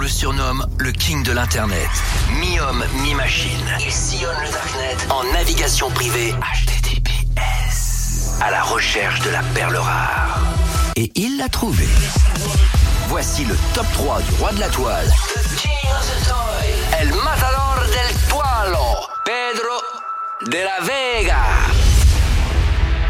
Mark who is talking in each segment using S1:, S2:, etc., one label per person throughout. S1: le surnomme le King de l'Internet. Mi-homme, mi-machine. Il sillonne le Darknet en navigation privée HTTPS. À la recherche de la perle rare. Et il l'a trouvée. Voici le top 3 du roi de la toile. El matador del toalo, Pedro de la Vega.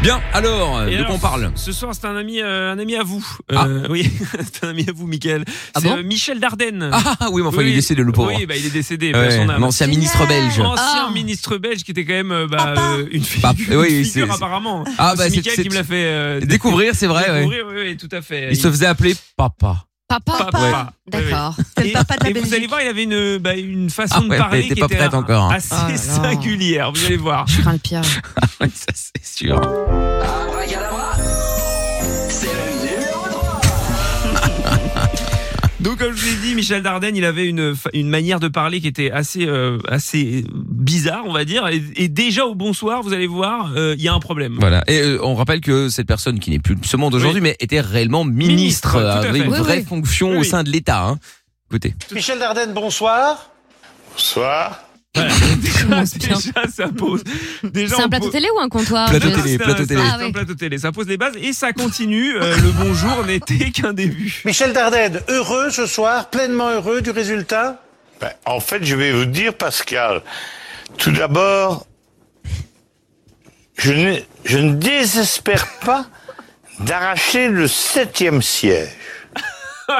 S2: Bien, alors, de
S3: Et
S2: quoi
S3: alors,
S2: on parle
S3: Ce soir, c'est un ami, euh, un ami à vous.
S2: Ah.
S3: Euh, Oui, c'est un ami à vous, Michael.
S2: Ah
S3: c'est
S2: bon
S3: euh, Michel Dardenne.
S2: Ah oui, mais enfin, il est décédé, le pauvre.
S3: Oui, bah, il est décédé.
S2: Ouais,
S3: paix à son
S2: un
S3: âme.
S2: ancien
S4: Génial.
S2: ministre belge.
S3: Ancien
S4: Ah.
S3: ministre belge qui était quand même euh, bah, euh, une figure,
S2: Bah, oui,
S3: une
S2: c'est-
S3: figure
S2: c'est-
S3: apparemment.
S2: Ah, bah,
S3: c'est
S2: c'est-
S3: Michael
S2: c'est-
S3: qui me l'a fait euh,
S2: Découvrir, c'est vrai, ouais.
S3: découvrir, oui, oui, tout à fait.
S2: Il se faisait appeler papa.
S4: Papa.
S3: Papa. Ouais.
S4: D'accord.
S3: Et-
S5: C'est le papa de la
S3: et vous
S5: Belgique.
S3: allez voir, il avait une, bah, une façon
S2: Ah
S3: de
S2: ouais,
S3: parler
S2: t'es
S3: qui
S2: pas
S3: était
S2: prête encore, hein.
S3: assez
S4: Ah là là.
S3: singulière. Vous allez voir.
S4: Je crains le pire.
S2: Oui, ça, c'est sûr.
S1: Abracadabra. C'est le numéro 3.
S3: Donc comme je vous l'ai dit, Michel Dardenne, il avait une, fa- une manière de parler qui était assez, euh, assez bizarre, on va dire. Et, et déjà au bonsoir, vous allez voir, euh, il y a un problème.
S2: Voilà. Et euh, on rappelle que cette personne qui n'est plus de ce monde aujourd'hui, mais était réellement ministre, hein.
S3: Ministre, tout à
S2: avait
S3: fait.
S2: une
S4: Oui,
S2: vraie
S4: oui.
S2: fonction au
S3: Oui.
S2: sein de l'État. hein. Écoutez.
S6: Michel Dardenne, bonsoir.
S7: Bonsoir.
S3: Déjà,
S4: commence bien.
S3: déjà, ça pose. Déjà,
S4: C'est
S3: on
S4: un plateau
S3: pose-
S4: télé ou un comptoir
S2: Plateau
S4: Je-
S2: télé.
S3: C'est un-
S2: plateau
S3: c'est
S2: télé.
S3: un-
S4: Ah
S3: c'est un
S4: oui.
S3: plateau télé. Ça pose les bases et ça continue. Euh, le bonjour n'était qu'un début.
S6: Michel Dardenne, heureux ce soir, pleinement heureux du résultat
S7: Ben, en fait, je vais vous dire, Pascal, tout d'abord, je ne, je ne désespère pas d'arracher le septième siège.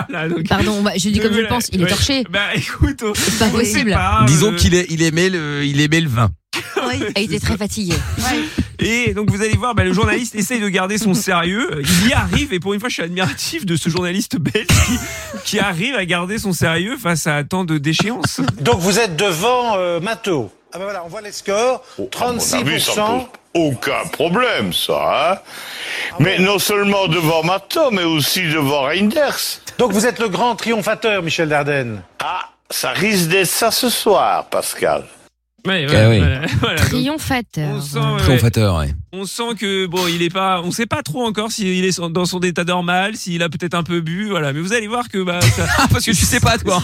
S3: Voilà, donc-
S4: Pardon, bah, je dis comme je
S3: Voilà,
S4: le pense, il est
S3: ouais.
S4: torché.
S3: Bah écoute, on-
S4: C'est pas
S3: on sait
S4: possible.
S3: pas,
S2: Disons
S3: euh,
S2: qu'il est- il aimait le, il aimait le vin.
S5: Oui.
S4: Ah, Il était très fatigué.
S3: Et donc vous allez voir, bah, le journaliste essaye de garder son sérieux. Il y arrive, et pour une fois, je suis admiratif de ce journaliste belge qui, qui arrive à garder son sérieux face à tant de déchéances.
S6: Donc vous êtes devant euh, Matteau. Ah ben voilà, on voit les scores.
S7: Oh, À mon avis, ça
S6: 36%.
S7: pose aucun problème, ça. hein. mais non seulement devant Mato, mais aussi devant Reinders.
S6: Donc vous êtes le grand triomphateur, Michel Dardenne.
S7: Ah, ça risque d'être ça ce soir, Pascal.
S3: Ouais, ouais,
S2: Ah oui.
S3: voilà, voilà. Donc,
S4: Triomphateur.
S3: on sent, ouais,
S2: Triomphateur, ouais.
S3: on sent que bon, il est pas, on sait pas trop encore s'il est dans son état normal, s'il a peut-être un peu bu, voilà. Mais vous allez voir que bah, ça-
S2: Ah, parce que tu sais pas, toi.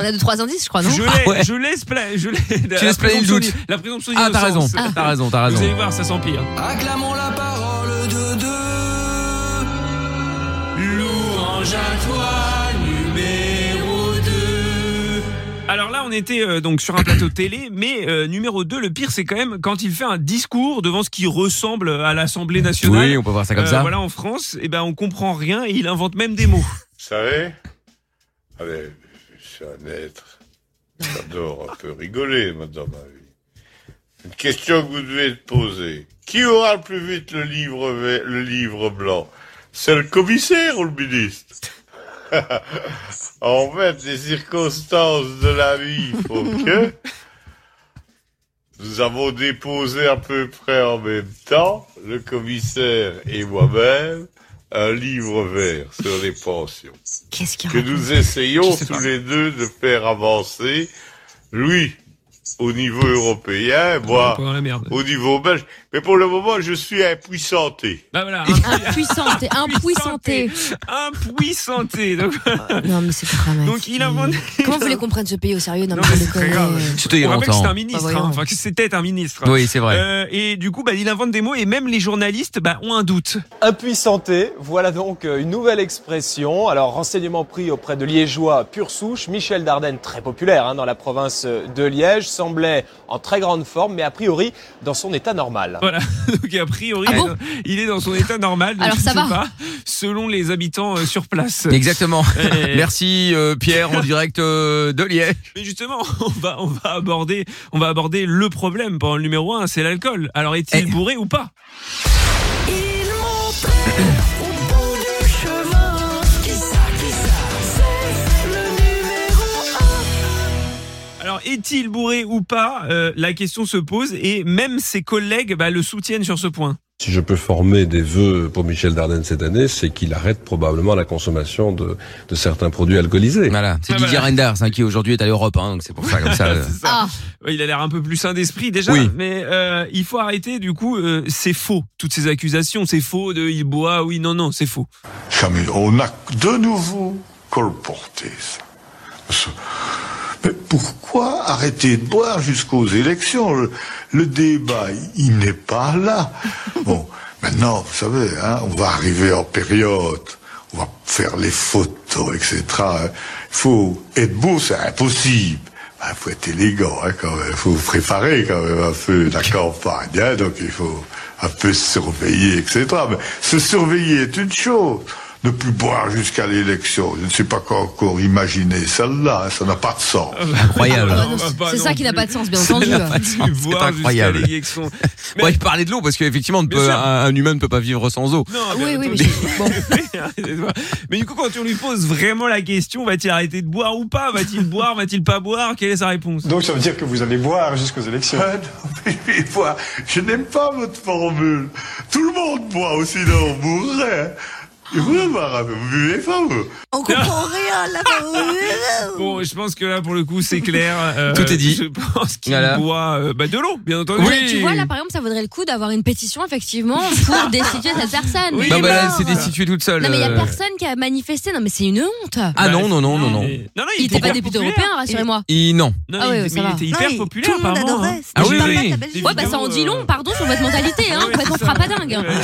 S4: On a deux trois indices, je crois, non
S3: je,
S2: Ah ouais.
S3: laisse, je laisse, pla- je laisse, la
S2: laisses planer le
S3: présomption
S2: doute.
S3: d'i- La présomption
S2: Ah, t'as raison.
S3: d'innocence.
S2: T'as raison, t'as
S3: Vous allez
S2: raison.
S3: voir, ça s'empire.
S1: Acclamons la parole de deux.
S3: Louange à toi, numéro 2. Alors là, on était euh, donc sur un plateau télé, mais euh, numéro 2, le pire, c'est quand même quand il fait un discours devant ce qui ressemble à l'Assemblée nationale.
S2: Oui, on peut voir ça comme
S3: Euh,
S2: ça.
S3: Voilà, en France, eh ben, on comprend rien et il invente même des mots.
S7: Vous savez Allez, je suis un être. J'adore un peu rigoler, madame. ma vie. Une question que vous devez te poser. Qui aura le plus vite le livre, ve- le livre blanc C'est le commissaire ou le ministre En fait, les circonstances de la vie font que nous avons déposé à peu près en même temps, le commissaire et moi-même, un livre vert sur les pensions
S4: Qu'est-ce qu'il
S7: que
S4: raconte
S7: nous essayons
S2: Je sais
S7: tous
S2: pas.
S7: les deux de faire avancer, lui au niveau
S2: Ah,
S7: européen, moi
S3: On est dans la merde.
S7: au niveau belge. Mais pour le moment, je suis impuissanté.
S3: Bah voilà,
S4: Impuissanté, impuissanté.
S3: impuissanté. Donc,
S4: Non, mais c'est pas mal.
S3: donc il invente.
S4: Comment vous les comprendre ce pays au sérieux Non,
S3: Non,
S4: mais
S3: mais
S4: je
S3: c'est
S4: le
S3: très grave.
S4: connais.
S2: C'était il y
S3: on
S2: a
S3: rappelle que
S2: longtemps.
S3: c'était un ministre,
S4: Bah, voyons.
S3: hein. enfin que c'était un ministre.
S2: Oui, c'est vrai.
S3: Euh, et du coup, bah, il invente des mots et même les journalistes bah, ont un doute.
S8: Impuissanté, voilà donc euh, une nouvelle expression. Alors renseignement pris auprès de Liégeois pure souche, Michel Dardenne très populaire hein, dans la province de Liège, semblait en très grande forme mais a priori dans son état normal.
S3: Voilà. Donc a priori,
S4: Ah bon
S3: il est dans son état normal. donc
S4: Alors,
S3: je
S4: ça
S3: sais
S4: va.
S3: pas, selon les habitants euh, sur place.
S2: Exactement.
S3: Euh,
S2: Merci euh, Pierre en direct euh, de Liège.
S3: Mais justement, on va on va aborder on va aborder le problème pendant le numéro 1, c'est l'alcool. Alors est-il
S2: Eh.
S3: bourré ou pas
S9: Ils montraient au bout du chemin. Qui ça, qui ça C'est le numéro
S3: Alors est-il bourré ou pas Euh, La question se pose et même ses collègues bah, le soutiennent sur ce point.
S10: Si je peux former des vœux pour Michel Dardenne cette année, c'est qu'il arrête probablement la consommation de, de certains produits alcoolisés.
S2: Voilà. C'est
S3: Ah,
S2: Didier
S3: voilà.
S2: Reinders hein, qui aujourd'hui est à l'Europe, hein, donc c'est pour ça comme ça. euh.
S3: C'est ça.
S4: Ah,
S3: Ouais, Il a l'air un peu plus sain d'esprit déjà,
S2: Oui.
S3: mais euh, il faut arrêter du coup, euh, c'est faux, toutes ces accusations, c'est faux de il boit, oui, non, non, c'est faux.
S7: Camille, on a de nouveau colporté ça.
S5: Mais pourquoi arrêter de boire jusqu'aux élections le, le débat, il n'est pas là. Bon, maintenant, vous savez, hein, on va arriver en période, on va faire les photos, etc. Il faut être beau, c'est impossible. Il Bah, faut être élégant, hein, quand même. faut préparer quand même un peu la campagne. hein, donc il faut un peu se surveiller, etc. Mais se surveiller est une chose. Ne plus boire jusqu'à l'élection. Je ne sais pas quoi encore imaginer celle-là. hein, ça n'a pas de sens.
S2: Incroyable. Ah,
S4: Ah non, c'est-
S3: bah
S4: c'est ça qui n'a pas de sens, bien entendu.
S2: C'est incroyable. Ouais, il parlait de l'eau parce qu'effectivement, on ne
S3: Bien
S2: peut-
S3: sûr.
S2: un, un humain ne peut pas vivre sans eau.
S3: Non, mais
S4: Oui, oui, mais
S3: attendez.
S4: je- bon.
S3: Arrêtez-moi. Mais du coup, quand on lui pose vraiment la question, va-t-il arrêter de boire ou pas Va-t-il boire Va-t-il pas boire Quelle est sa réponse
S6: Donc ça veut dire que vous allez boire jusqu'aux élections.
S5: Ah non, mais je vais boire. Je n'aime pas votre formule. Tout le monde boit aussi, sinon on mourrait. hein. Et Vous, Mara, vous buvez pas, vous
S9: On comprend rien là
S3: Bon, je pense que là, pour le coup, c'est clair. Euh,
S2: Tout est dit.
S3: Je pense qu'il
S2: Voilà.
S3: boit euh, bah, de l'eau, bien entendu.
S4: Mais tu vois, là, par exemple, ça vaudrait le coup d'avoir une pétition, effectivement, pour destituer cette personne.
S3: Oui,
S4: Mais
S2: Bah,
S4: il est
S2: bah, là,
S4: mort.
S2: c'est destitué toute seule.
S4: Non, mais il n'y a
S2: euh.
S4: personne qui a manifesté. Non, mais c'est une honte.
S2: Ah non, non, non, non, non.
S3: Et- Bah, non, non,
S4: il n'était pas
S3: hyper
S4: député
S3: populaire.
S4: européen, rassurez-moi.
S2: Il- non.
S3: Non,
S4: Ah
S3: il,
S4: ouais,
S3: mais
S4: ça
S3: il
S4: va.
S3: était hyper populaire,
S9: Tout le monde
S3: apparemment,
S9: adorait.
S3: hein.
S2: Ah
S9: Je
S2: oui,
S9: parle
S2: oui.
S9: pas de la Belgique.
S3: Ouais,
S4: Ouais, bah ça en dit long,
S3: euh,
S4: pardon, sur votre mentalité, hein.
S3: Ouais,
S4: Quoi,
S3: c'est
S4: t'en
S3: ça.
S4: feras pas dingue.
S3: Ouais,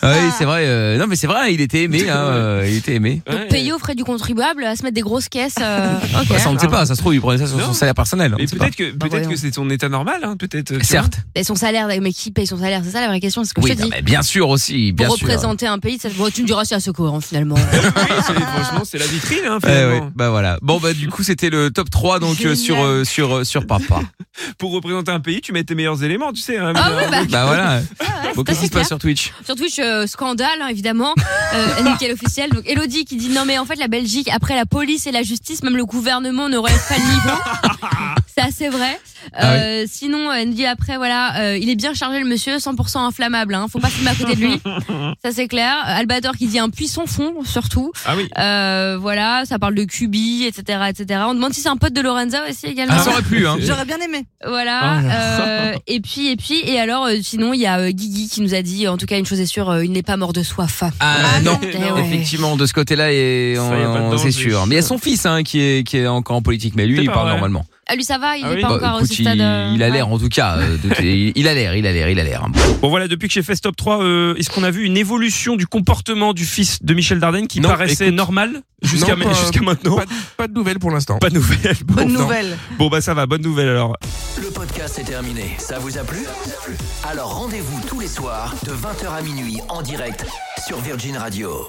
S2: Ah oui, c'est vrai. euh, non, mais c'est vrai, il était aimé. hein, euh, il était aimé.
S3: ouais.
S4: Donc, payer aux frais du contribuable, à se mettre des grosses caisses. euh, ok.
S2: Bah, ça, on ne sait pas. Ça se trouve, il prenait ça sur
S3: Non.
S2: son salaire personnel. hein, on
S3: Mais
S2: ne sait pas.
S3: peut-être que, peut être
S4: voyons.
S3: que c'est son état normal, hein, peut-être. tu vois.
S2: Certes.
S4: Et son salaire, mais qui paye son salaire C'est ça la vraie question, c'est ce que
S2: Oui,
S4: je te
S2: non,
S4: dis.
S2: mais bien sûr aussi. Bien
S4: Pour
S2: sûr.
S4: représenter un pays, ça... bon, tu me diras c'est assez cohérent finalement.
S3: Oui, c'est- franchement, c'est la vitrine, hein,
S2: Eh ouais,
S3: finalement.
S2: bah voilà. Bon bah du coup c'était le top 3 donc euh, sur
S4: Génial.
S2: euh, sur euh, sur papa.
S3: Pour représenter un pays, tu mets tes meilleurs éléments, tu sais. hein,
S4: Ah
S3: mais-
S4: oui, bah,
S2: Bah voilà.
S4: ouais,
S2: Bon
S4: c'est
S2: qu'est-ce qui
S4: assez
S2: se passe
S4: clair.
S2: sur Twitch
S4: Sur Twitch, euh, scandale hein, évidemment, euh, nickel officiel. Donc Elodie qui dit non mais en fait la Belgique, après la police et la justice, même le gouvernement ne relève pas le niveau. c'est assez vrai.
S2: Ah
S4: Euh, Sinon, elle nous dit après voilà, euh, il est bien chargé le monsieur, 100% inflammable. Hein, faut pas filmer à côté de lui. ça c'est clair. Euh, Albator qui dit un puissant fond surtout.
S3: Ah oui.
S4: Euh, voilà, ça parle de Cubi, etc., etc. On demande si c'est un pote de Lorenza aussi également.
S2: Ah, ça aurait pu hein.
S9: J'aurais bien aimé.
S4: Voilà.
S3: Oh
S2: Ah.
S3: là.
S4: euh, et puis, et puis, et alors, euh, sinon, il y a euh, Guigui qui nous a dit, en tout cas, une chose est sûre, euh, il n'est pas mort de soif.
S2: Ah,
S3: Ah,
S2: non,
S3: non.
S4: Eh ouais.
S2: effectivement de ce côté-là et
S3: Ça, y a pas de
S2: on-
S3: danger.
S2: c'est sûr. Mais il y a son fils hein, qui est qui est encore en politique mais lui
S3: C'est
S2: il
S3: pas
S2: parle
S3: vrai.
S2: normalement.
S4: Ah, lui, ça va, il
S3: Ah
S4: n'est
S3: oui.
S4: pas
S2: Bah,
S4: encore
S2: écoute,
S4: à ce
S2: il,
S4: stade. euh,
S2: il a l'air
S4: ouais.
S2: en tout cas euh, de- il il a l'air, il a l'air, il a l'air,
S3: Bon voilà, depuis que j'ai fait ce top 3, euh, est-ce qu'on a vu une évolution du comportement du fils de Michel Dardenne qui
S11: Non,
S3: paraissait
S11: écoute.
S3: normal jusqu'à
S11: Non, pas-
S3: jusqu'à maintenant
S11: Pas, de- pas de nouvelles pour l'instant.
S3: Pas de nouvelles. Bon,
S9: Bonne
S3: non.
S9: nouvelle.
S3: Bon bah ça va, bonne nouvelle alors.
S1: Le podcast est terminé. Ça vous a plu Alors rendez-vous tous les soirs de 20h à minuit en direct sur Virgin Radio.